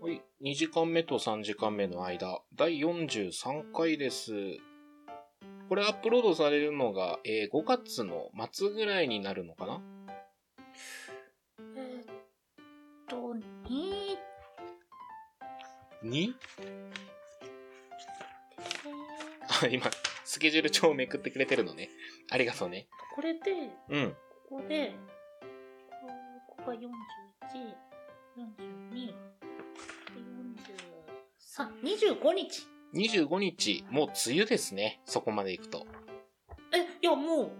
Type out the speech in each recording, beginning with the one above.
はい。2時間目と3時間目の間、第43回です。これアップロードされるのが、えー5月の末ぐらいになるのかなえーっと、に、 ?2? あ、今、スケジュール帳をめくってくれてるのね。ありがとうね。これで、うん。ここで、ここが41、42、43、25日。 25日、もう梅雨ですね。そこまで行くと。え、いやもう、この前梅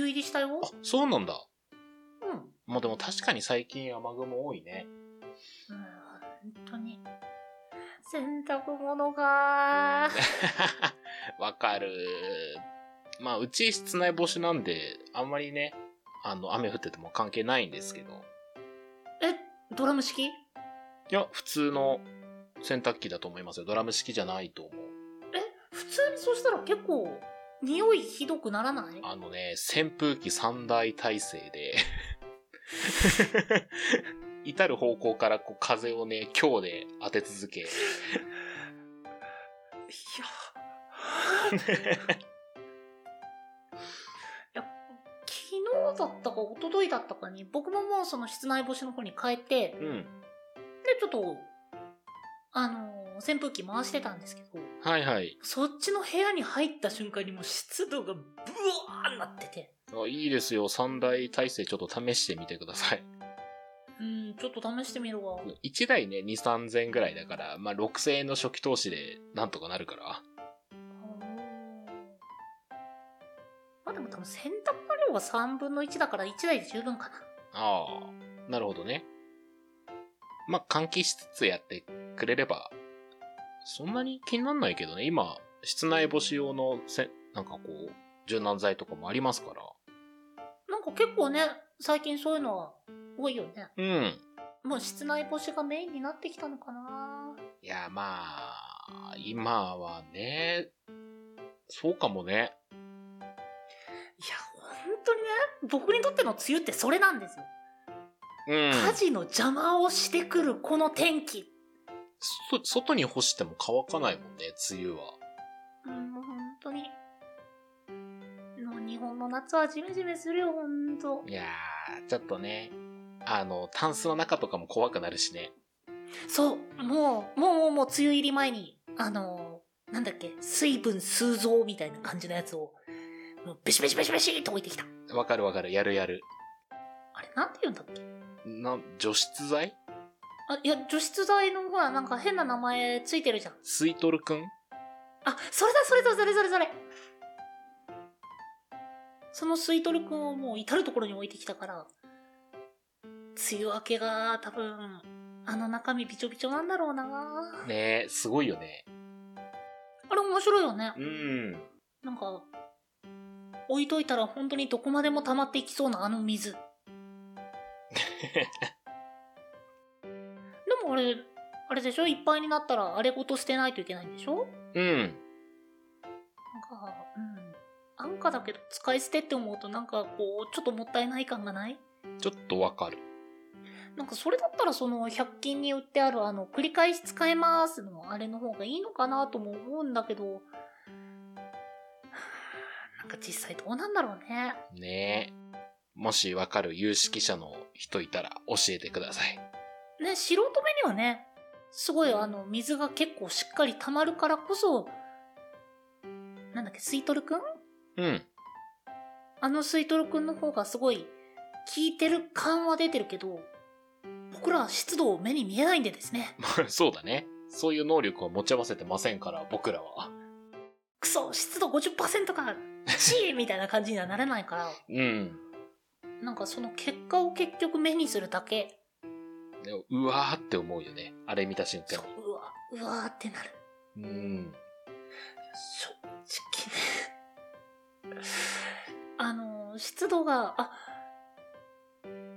雨入りしたよあ。、そうなんだ。うん。うんもうでも確かに最近雨雲多いね。 本当に。洗濯物が、わかる。まあ、うち室内干しなんで、あんまりね、あの、雨降ってても関係ないんですけど。え、ドラム式いや、普通の洗濯機だと思いますよ。ドラム式じゃないと思う。普通にそしたら結構、匂いひどくならないあのね、扇風機三大体制で、至る方向からこう風をね、強で当て続け、いや。いや、昨日だったか一昨日だったかに、僕ももうその室内干しの方に変えて、で、うん。ちょっと、あのー扇風機回してたんですけど、はいはい。そっちの部屋に入った瞬間にもう湿度がブワーなってて、あいいですよ。三大体制ちょっと試してみてください。うん、ちょっと試してみるわ。 1台ね、2、3000円ぐらいだから、まあ、6000円の初期投資でなんとかなるから。まあでも多分洗濯の量が3分の1だから1台で十分かな。ああ、なるほどね。まあ、換気しつつやってくれれば、そんなに気になんないけどね、今、室内干し用のせ、なんかこう、柔軟剤とかもありますから。なんか結構ね、最近そういうのは多いよね。うん。もう室内干しがメインになってきたのかないや、まあ、今はね、そうかもね。いや、本当にね、僕にとっての梅雨ってそれなんですよ。うん。家事の邪魔をしてくるこの天気。そ外に干しても乾かないもんね、梅雨は。うん、もう本当に。もう日本の夏はジメジメするよ、本当いやー、ちょっとね、あの、タンスの中とかも怖くなるしね。そう、もう、もう、もう、梅雨入り前に、あのーなんだっけ、水分吸うぞみたいな感じのやつを、もうベシベシベシベシっと置いてきた。わかるわかる、やるやる。あれ、なんて言うんだっけなん、除湿剤あ、いや、除湿剤のほら、なんか変な名前ついてるじゃん。スイトルくんあ、それだ、それだ、それそれそれ。そのスイトル君をもう至る所に置いてきたから、梅雨明けが多分、あの中身びちょびちょなんだろうな、ねえ、すごいよね。あれ面白いよね。うん。なんか、置いといたら本当にどこまでも溜まっていきそうなあの水。でもあれ、あれでしょいっぱいになったらあれごと捨てないといけないんでしょうん。なんか、うん。安価だけど使い捨てって思うとなんかこう、ちょっともったいない感がないちょっとわかる。なんかそれだったらその100均に売ってあるあの、繰り返し使えますのあれの方がいいのかなとも思うんだけど、はあなんか実際どうなんだろうね。ねえ。もしわかる有識者の人いたら教えてください。ね、素人目にはね、すごいあの、水が結構しっかり溜まるからこそ、なんだっけ、スイトルくんうん。 あのスイトルくんの方がすごい効いてる感は出てるけど、僕らは湿度を目に見えないんでですね。まあそうだね。そういう能力を持ち合わせてませんから、僕らは。くそ、湿度50%か、チーみたいな感じにはならないから、うん。なんかその結果を結局目にするだけ。でもうわーって思うよね。あれ見た瞬間。うわ、うわーってなる。うん。正直 ね。あの、湿度が、あ、うん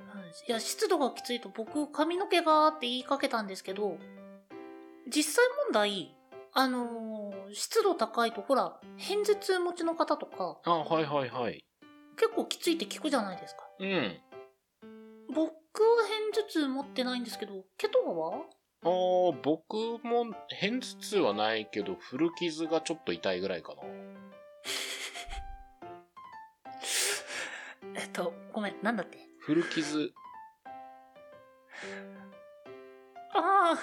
いや、湿度がきついと僕、髪の毛がーって言いかけたんですけど、実際問題、あのー湿度高いとほら、偏頭痛持ちの方とか、あ、はいはいはい。結構きついって聞くじゃないですか。うん。僕は偏頭痛持ってないんですけど、ケトガはあー僕も偏頭痛はないけど、古傷がちょっと痛いぐらいかな。えっと、ごめん、なんだって古傷、ああ、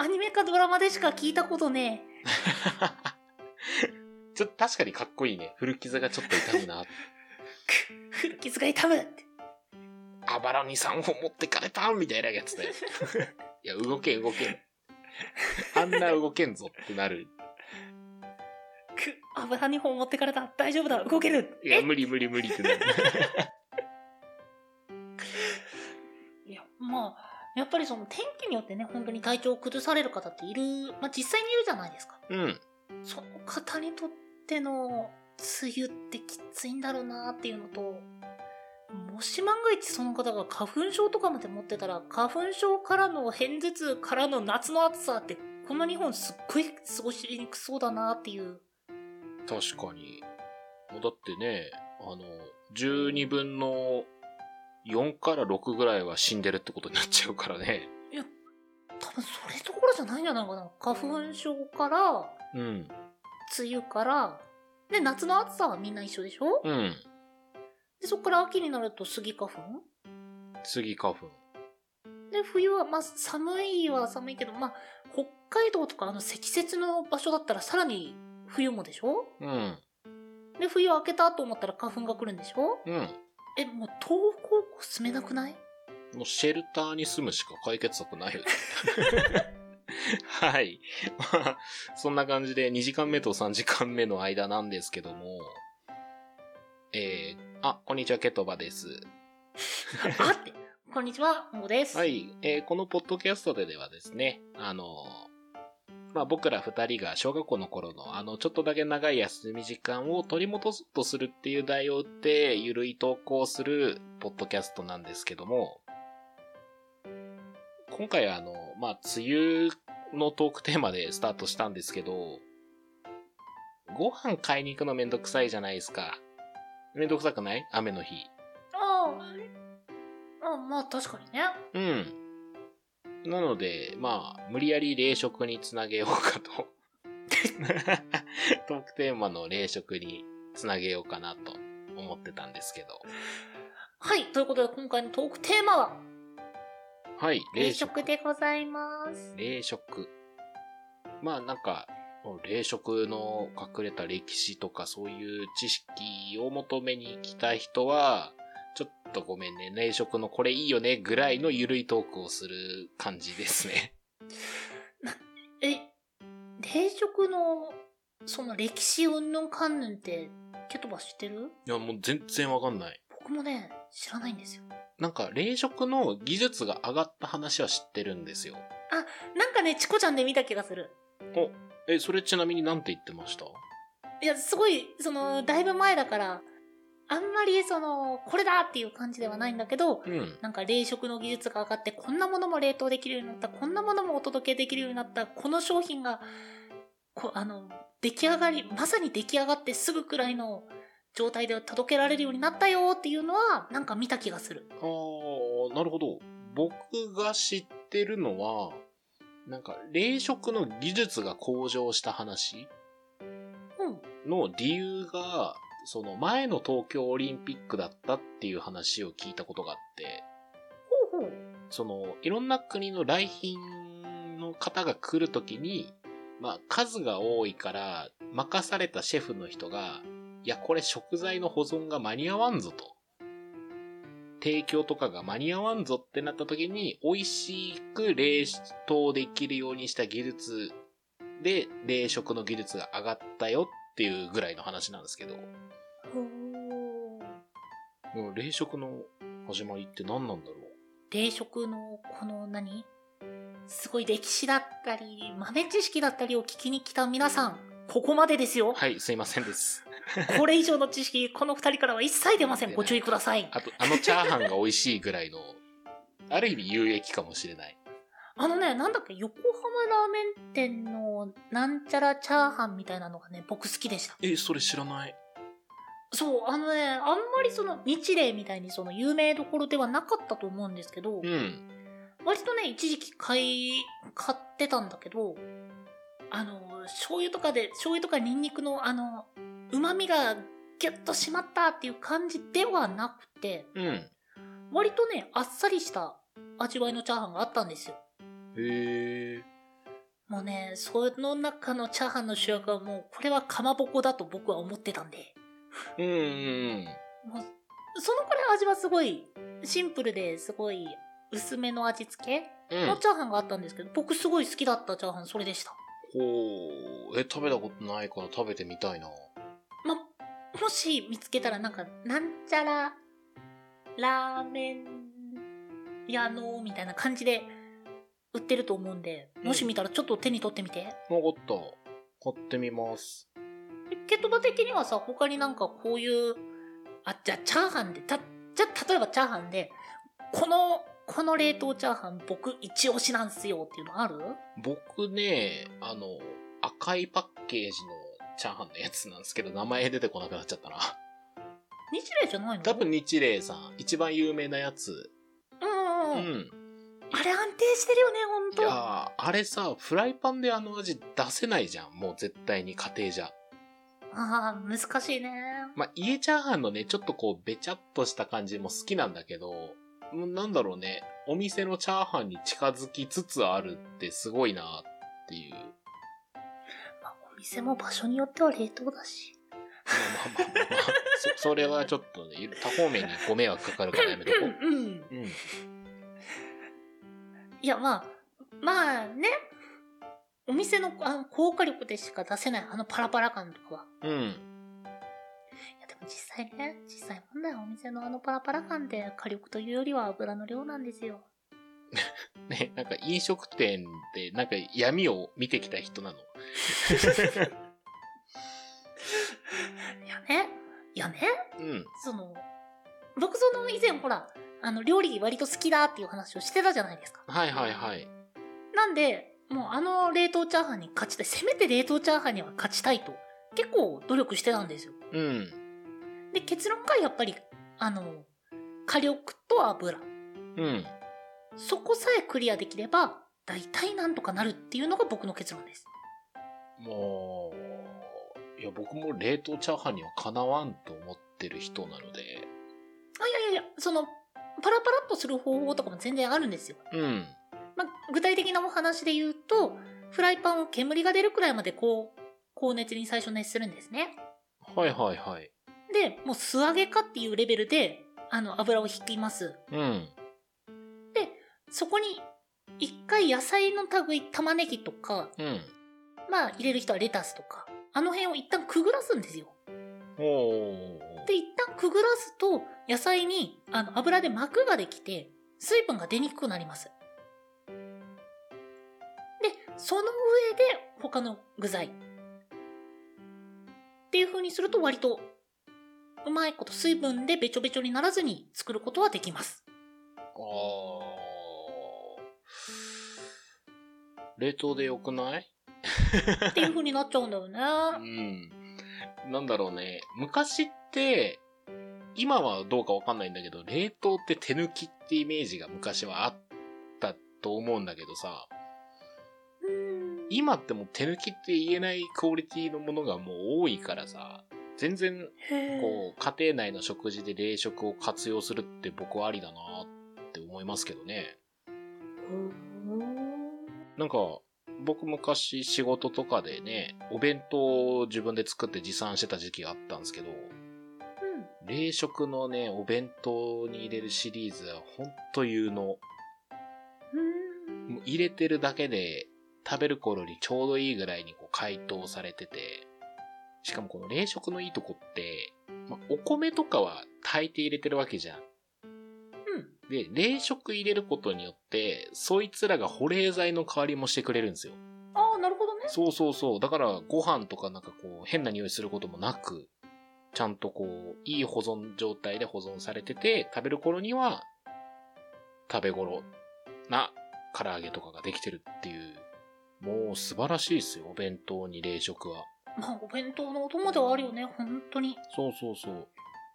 アニメかドラマでしか聞いたことねえ。ちょっと確かにかっこいいね。古傷がちょっと痛むな。く 古傷が痛むって。あばらに3本持ってかれたみたいなやつ ね。いや、動けん動けん。あんな動けんぞってな る。く、油2本持ってかれた。大丈夫だ。動ける。いや、え無理無理無理って なる。いや、まあ、やっぱりその天気によってね、本当に体調を崩される方っている、まあ実際にいるじゃないですか。うん。その方にとっての梅雨ってきついんだろうなっていうのと、もし万が一その方が花粉症とかまで持ってたら、花粉症からの偏頭痛からの夏の暑さって、この日本すっごい過ごしにくそうだなっていう。確かに。もうだってね、あの、12分の4から6ぐらいは死んでるってことになっちゃうからね。多分それどころじゃないんじゃないかな。花粉症から、うん。梅雨から、で、夏の暑さはみんな一緒でしょうん。で、そっから秋になるとスギ花粉次花粉。で、冬は、まあ、寒いは寒いけど、まあ、北海道とかあの積雪の場所だったらさらに冬もでしょうん。で、冬明けたと思ったら花粉が来るんでしょうん。え、もう東北高校住めなくないもうシェルターに住むしか解決策ないよね。はい。 まあ、そんな感じで2時間目と3時間目の間なんですけども、えー、あ、こんにちは、ケトバです。あって、こんにちは、もごです。は。い、えーこのポッドキャストでではですね、あのーまあ、僕ら二人が小学校の頃のあの、ちょっとだけ長い休み時間を取り戻そうとするっていう題を打って、ゆるい投稿するポッドキャストなんですけども、今回はあの、まあ、梅雨のトークテーマでスタートしたんですけど、ご飯買いに行くのめんどくさいじゃないですか。めんどくさくない雨の日。ああ、あまあ確かにね。うん。なので、まあ、無理やり冷食につなげようかと。 トークテーマの冷食につなげようかなと思ってたんですけど。はい、ということで今回のトークテーマは、はい、冷食でございます。冷食。まあなんか、冷食の隠れた歴史とかそういう知識を求めに来た人は、ちょっとごめんね、冷食のこれいいよねぐらいのゆるいトークをする感じですね。え、冷食の、その歴史うんぬんかんぬんって、ケトバ知ってるいや、もう全然わかんない。僕もね、知らないんですよ。なんか、冷食の技術が上がった話は知ってるんですよ。なんかね、チコちゃんで見た気がする。え、それちなみになんて言ってましたいや、すごい、その、だいぶ前だから、あんまり、その、これだっていう感じではないんだけど、うん。なんか冷食の技術が上がって、こんなものも冷凍できるようになった、こんなものもお届けできるようになった、この商品が、こあの、出来上がり、まさに出来上がってすぐくらいの状態で届けられるようになったよっていうのは、なんか見た気がする。あー、なるほど。僕が知ってるのは、なんか、冷食の技術が向上した話うん。の理由が、その前の東京オリンピックだったっていう話を聞いたことがあって、ほうほう。その、いろんな国の来賓の方が来るときに、まあ、数が多いから、任されたシェフの人が、いや、これ食材の保存が間に合わんぞと。提供とかが間に合わんぞってなった時に、美味しく冷凍できるようにした技術で、冷食の技術が上がったよっていうぐらいの話なんですけど、ほう。でも冷食の始まりって何なんだろう冷食のこの何すごい歴史だったり豆知識だったりを聞きに来た皆さんここまでですよはい、すいませんです。これ以上の知識この二人からは一切出ません出ないご注意くださいあと、あのチャーハンが美味しいぐらいの、ある意味有益かもしれない。あのねなんだっけ横浜ラーメン店のなんちゃらチャーハンみたいなのがね僕好きでしたえ、それ知らない。そうあのねあんまりその日例みたいにその有名どころではなかったと思うんですけうど、ん。割とね、一時期買い、買ってたんだけど、あの、醤油とかで、醤油とかニンニクのあの、旨味がギュッと締まったっていう感じではなくて、うん。割とね、あっさりした味わいのチャーハンがあったんですよ。へえ。もうね、その中のチャーハンの主役はもう、これはかまぼこだと僕は思ってたんで、うんうんもう、そのくらい味はすごい、シンプルですごい、薄めの味付けうん。うのん。チャーハンがあったんですけど、僕すごい好きだったチャーハン、それでした。ほう。え、食べたことないから食べてみたいな。ま、もし見つけたらなんか、なんちゃら、ラーメン屋の、みたいな感じで売ってると思うんで、もし見たらちょっと手に取ってみて。わかった。買ってみます。ケトバ的にはさ、他になんかこういう、あ、じゃあチャーハンで、た、じゃあ例えばチャーハンで、この、この冷凍チャーハン僕一押しなんすよっていうのある僕ね、あの、赤いパッケージのチャーハンのやつなんですけど、名前出てこなくなっちゃったな。日例じゃないの多分日霊さん、一番有名なやつ。うんう。うんんうん。あれ安定してるよね、いほんと。やーあれさ、フライパンであの味出せないじゃん。もう絶対に家庭じゃ。ああ、難しいね。まあ、家チャーハンのね、ちょっとこう、べちゃっとした感じも好きなんだけど、もうなんだろうね、お店のチャーハンに近づきつつあるってすごいなっていう。ままあお店も場所によっては冷凍だし。あまあまあまあまあ、そ、 それはちょっとね、多方面にご迷惑かかるからやめとこう。うんうん。うん。いや、まあ、まあね。お店のあの高火力でしか出せないあのパラパラ感とかはうん。いやでも実際ね、実際問題はお店のあのパラパラ感で火力というよりは油の量なんですよ。ね、なんか飲食店で、なんか闇を見てきた人なの。いやね、いやね、うん。その、僕その以前ほら、あの料理割と好きだっていう話をしてたじゃないですか。はいはいはい。なんで、もうあの冷凍チャーハンに勝ちたい、せめて冷凍チャーハンには勝ちたいと、結構努力してたんですよ。うん。で、結論がやっぱり、あの、火力と油。うん。そこさえクリアできれば、大体なんとかなるっていうのが僕の結論です。もう、いや、僕も冷凍チャーハンにはかなわんと思ってる人なので。あ、いやいやいや、その、パラパラっとする方法とかも全然あるんですよ。うん。まあ、具体的なお話で言うと、フライパンを煙が出るくらいまでこう、高熱に最初熱するんですね。はいはいはい。で、もう素揚げかっていうレベルで、あの、油を引きます。うん。そこに、一回野菜の類、玉ねぎとか、うん。まあ、入れる人はレタスとか、あの辺を一旦くぐらすんですよ。おー。で、一旦くぐらすと、野菜に、あの、油で膜ができて、水分が出にくくなります。で、その上で、他の具材。っていう風にすると、割と、うまいこと水分でべちょべちょにならずに作ることはできます。あー。冷凍でよくないっていう風になっちゃうんだよね。うん。なんだろうね。昔って、今はどうかわかんないんだけど、冷凍って手抜きってイメージが昔はあったと思うんだけどさ、うん今ってもう手抜きって言えないクオリティのものがもう多いからさ、全然、へーこう、家庭内の食事で冷食を活用するって僕はありだなって思いますけどね。なんか、僕昔仕事とかでね、お弁当を自分で作って持参してた時期があったんですけど、うん冷食のね、お弁当に入れるシリーズはほんと有能。うんもう入れてるだけで食べる頃にちょうどいいぐらいにこう解凍されてて、しかもこの冷食のいいとこって、まあ、お米とかは炊いて入れてるわけじゃん。うんで、冷食入れることによって、そいつらが保冷剤の代わりもしてくれるんですよ。ああ、なるほどね。そうそうそう。だから、ご飯とかなんかこう、変な匂いすることもなく、ちゃんとこう、いい保存状態で保存されてて、食べる頃には、食べ頃な唐揚げとかができてるっていう、もう素晴らしいですよ、お弁当に冷食は。まあ、お弁当のお供ではあるよね、本当に。そうそうそう。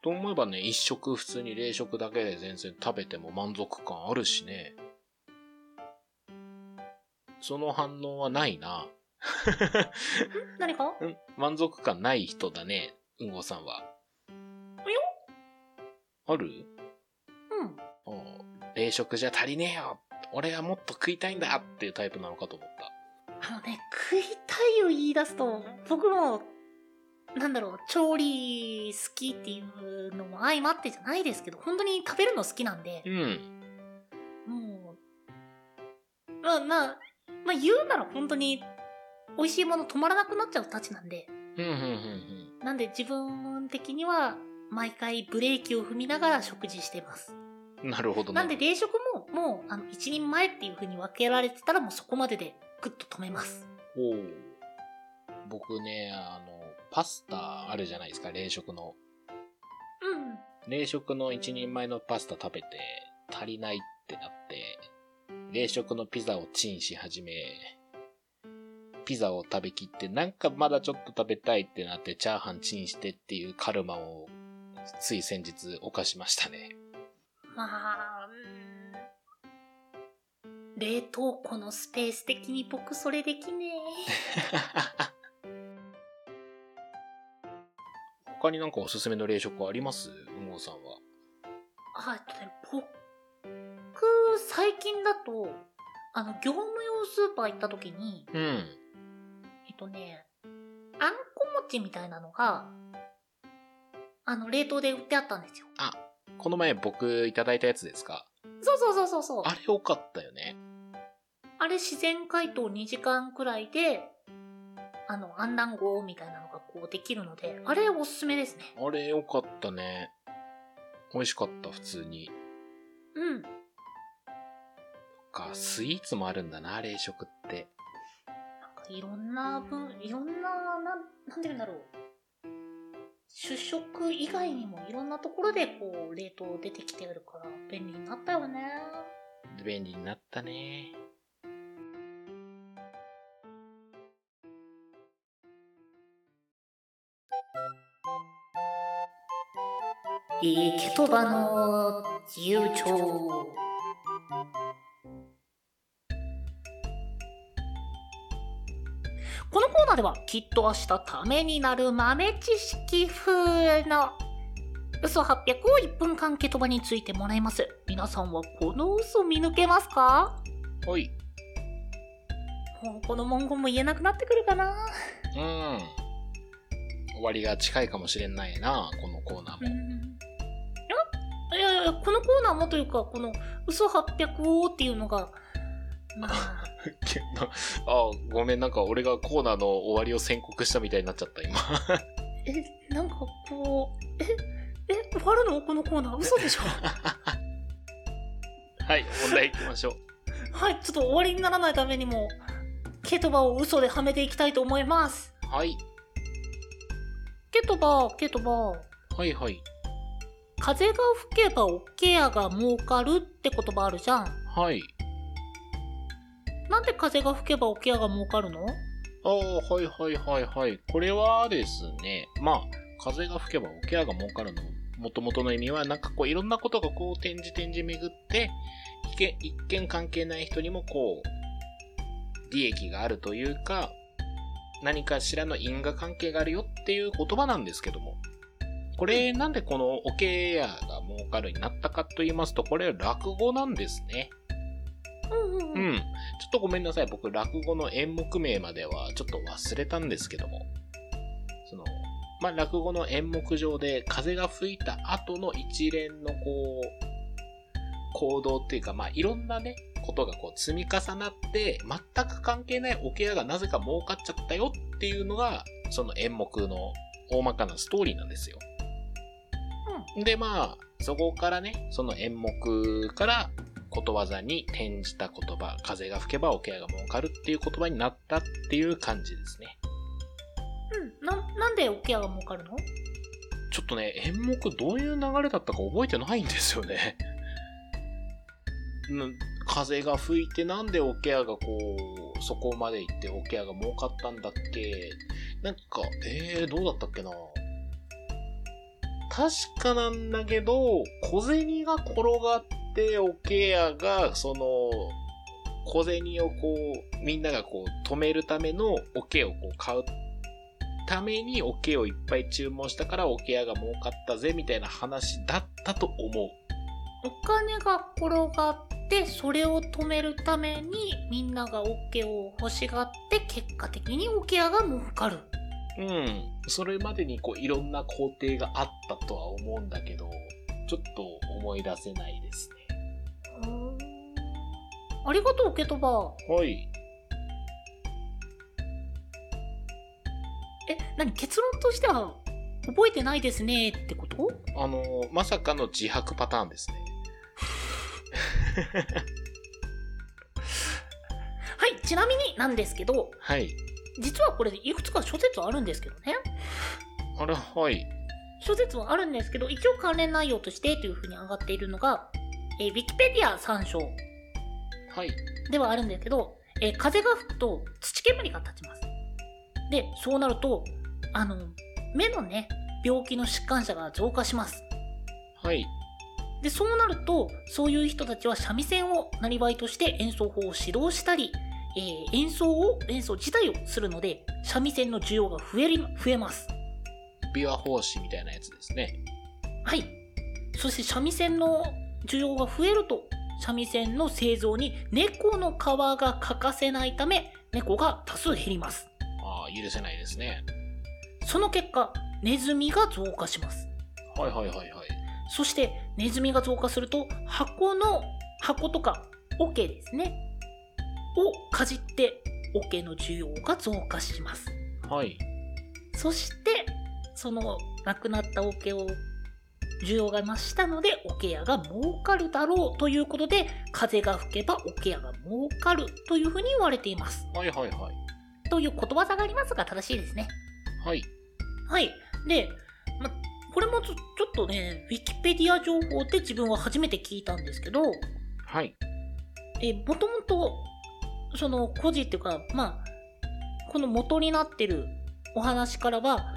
と思えばね、一食普通に冷食だけで全然食べても満足感あるしね。その反応はないな。何かうん、満足感ない人だね、うんごさんは。およあるうん。ああ冷食じゃ足りねえよ俺はもっと食いたいんだっていうタイプなのかと思った。あのね、食いたいを言い出すと、僕も、なんだろう、調理好きっていうのも相まってじゃないですけど、本当に食べるの好きなんでう、ん。もう、まあまあ、まあ言うなら本当に、美味しいもの止まらなくなっちゃうたちなんで、うん、うん、うん、なんで自分的には、毎回ブレーキを踏みながら食事してます。うん。なるほどなんで冷食も、もう、あの、一人前っていう風に分けられてたら、もうそこまでで、ぐっと止めます。おう僕ね、あの、パスタあるじゃないですか、冷食の。うん。冷食の一人前のパスタ食べて、足りないってなって、冷食のピザをチンし始め、ピザを食べきって、なんかまだちょっと食べたいってなって、チャーハンチンしてっていうカルマを、つい先日犯しましたね。 まあ、うん。冷凍庫のスペース的に僕それできね他になんかおすすめの冷食ありますうんごさんは。え。 あ、えっとね、僕、最近だと、あの、業務用スーパー行った時に、うん。えっとね、あんこ餅みたいなのが、あの、冷凍で売ってあったんですよ。この前僕いただいたやつですかそうそうそうそうそう。あれ良かったよね。あれ自然解凍2時間くらいで、あの、安南号みたいなのがこうできるので、あれおすすめですね。あれ良かったね。美味しかった、普通に。うん。か、スイーツもあるんだな、冷食って。なんかいろんな分、いろんな、なん、なんて言うんだろう。主食以外にもいろんなところでこう冷凍出てきてるから便利になったよね。便利になったね。いいけとばの自由帳。このコーナーではきっと明日ためになる豆知識風の嘘800を1分間けとばについてもらいます皆さんはこの嘘見抜けますかほい。もうこの文言も言えなくなってくるかなうん。終わりが近いかもしれないな、このコーナーうも。んいやいやいやこのコーナーもというかこの嘘800をっていうのがまあ けどあ、ごめん、なんか俺がコーナーの終わりを宣告したみたいになっちゃった、今。えなんかこうええ終わるのこのコーナ ー嘘でしょはい、問題行きましょう。はいちょっと終わりにならないためにもケトバを嘘ではめていきたいと思いますはい。ケトバケトバはいはい。風が吹けばおケアが儲かるって言葉あるじゃんはい。なんで風が吹けばおケアが儲かるのああ、はいはいはいはい。これはですね、まあ、風が吹けばおケアが儲かるの、もともとの意味は、なんかこう、いろんなことがこう、展示展示巡って、一見一見関係ない人にもこう、利益があるというか、何かしらの因果関係があるよっていう言葉なんですけども。これ、なんでこのおケアが儲かるになったかと言いますと、これは落語なんですね。うんうんううんん。ちょっとごめんなさい。僕、落語の演目名まではちょっと忘れたんですけども。その、まあ、落語の演目上で風が吹いた後の一連のこう、行動っていうか、まあ、いろんなね、ことがこう積み重なって、全く関係ないおケアがなぜか儲かっちゃったよっていうのが、その演目の大まかなストーリーなんですよ。で、まあ、そこからね、その演目からことわざに転じた言葉、風が吹けば桶屋が儲かるっていう言葉になったっていう感じですね。うんななんでおケアが儲かるのちょっとね、演目どういう流れだったか覚えてないんですよね。 うん風が吹いてなんで桶屋がこう、そこまで行って桶屋が儲かったんだっけなんか、えー、どうだったっけな確かなんだけど、小銭が転がって、桶屋が、その、小銭をこう、みんながこう、止めるための桶をこう、買うために桶をいっぱい注文したから桶屋が儲かったぜ、みたいな話だったと思う。お金が転がってそれを止めるためにみんながオケを欲しがって結果的にオケ屋が儲かるうん。それまでにこう、いろんな工程があったとは思うんだけど、ちょっと思い出せないですね。ありがとうオケとばはい。え何結論としては覚えてないですねってことあのーまさかの自白パターンですね。はいちなみになんですけどはい。実はこれいくつか諸説あるんですけどねあれ、はい。諸説はあるんですけど一応関連内容としてというふうに上がっているのが、えー、ウィキペディア参照はい。ではあるんだけど、えー風が吹くと土煙が立ちます。で、そうなると、あの、目のね、病気の疾患者が増加します。はい。で、そうなると、そういう人たちは三味線をなりわいとして演奏法を指導したり、えー演奏を、演奏自体をするので、三味線の需要が増えり、増えます。琵琶法師みたいなやつですね。はい。そして三味線の需要が増えると、三味線の製造に猫の皮が欠かせないため、猫が多数減ります。ああ、許せないですね。その結果、ネズミが増加します。はいはいはいはい。そして、ネズミが増加すると、箱の、箱とか、桶ですね。をかじって、桶の需要が増加します。はい。そして、その、なくなった桶を、需要が増したので、桶屋が儲かるだろうということで、風が吹けば桶屋が儲かるというふうに言われています。はいはいはい。ということわざがありますが、正しいですね。はい。はい。で、ま、これもちょちょっとね、ウィキペディア情報って自分は初めて聞いたんですけど、はい。え、もともと、その、故事っていうか、まあ、この元になってるお話からは、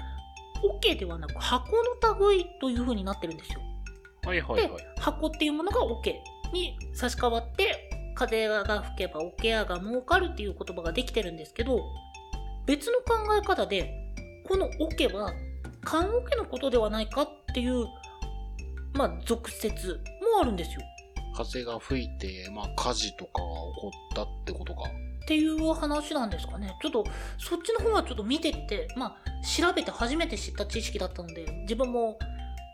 OK ではなく箱の類という風になってるんですよ。はいはいはい。で、箱っていうものが OK に差し替わって、風が吹けば OK 屋が儲かるっていう言葉ができてるんですけど、別の考え方で、この OK は、缶オケのことではないかっていう、まあ、俗説もあるんですよ。風が吹いて、まあ火事とかが起こったってことか。っていう話なんですかね。ちょっと、そっちの方はちょっと見てって、まあ、調べて初めて知った知識だったので、自分も、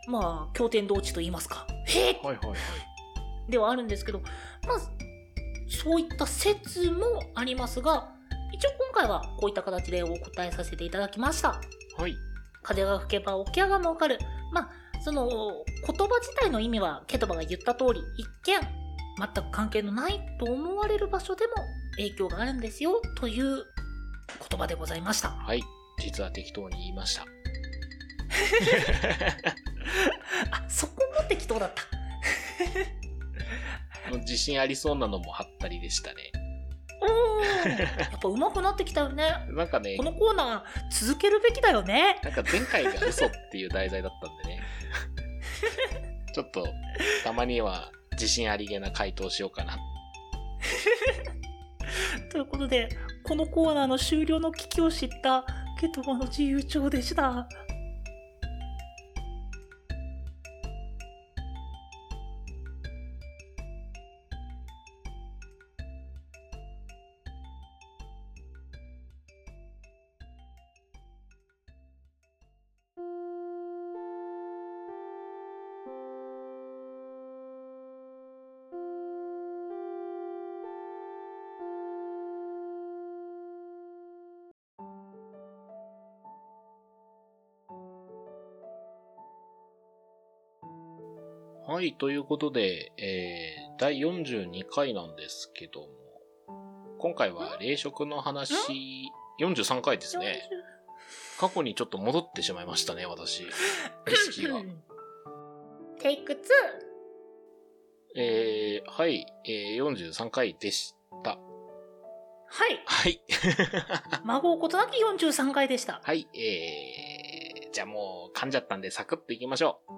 まあ、経典同地と言いますか。へえっはいはいはい。ではあるんですけど、まあ、そういった説もありますが、一応今回はこういった形でお答えさせていただきました。はい。風が吹けば桶屋が儲かる。まあ、その、言葉自体の意味は、ケトバが言った通り、一見、全く関係のないと思われる場所でも影響があるんですよ、という言葉でございました。はい。実は適当に言い ました。あ、そこも適当だった。自信ありそうなのもはったりでしたね。おー、やっぱ上手くなってきたよね。なんかねこ、のコーナー、続けるべきだよね。なんか前回が嘘っていう題材だったんで ね。ちょっと、たまには自信ありげな回答しようかな。ということで、このコーナーの終了の危機を知ったケトバの自由帳でした。はい、ということで、えー、第42回なんですけども、今回は冷食の話、43回ですね。過去にちょっと戻ってしまいましたね、私。意識 が。テイク2。えー、はい、えー、43回でした。はい。はい。 孫をことなき43回でした。はい、えー、じゃあもう噛んじゃったんでサクッといきましょう。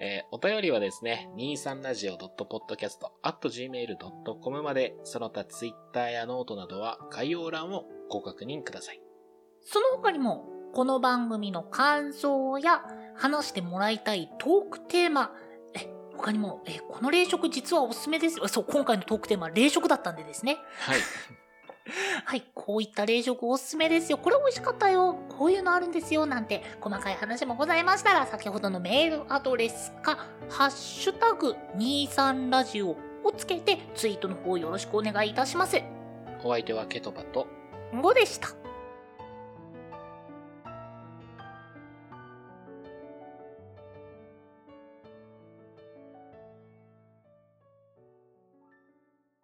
えーお便りはですね、23radio.podcast.gmail.com まで、その他ツイッターやノートなどは概要欄をご確認ください。その他にも、この番組の感想や話してもらいたいトークテーマ、え、他にも、え、この冷食実はおすすめですよ。そう、今回のトークテーマ、冷食だったんでですね。はい。はい、こういった冷食おすすめですよ。これ美味しかったよ。こういうのあるんですよ。なんて細かい話もございましたら、先ほどのメールアドレスか、ハッシュタグ23ラジオをつけてツイートの方よろしくお願いいたします。お相手はケトバと、 5でした。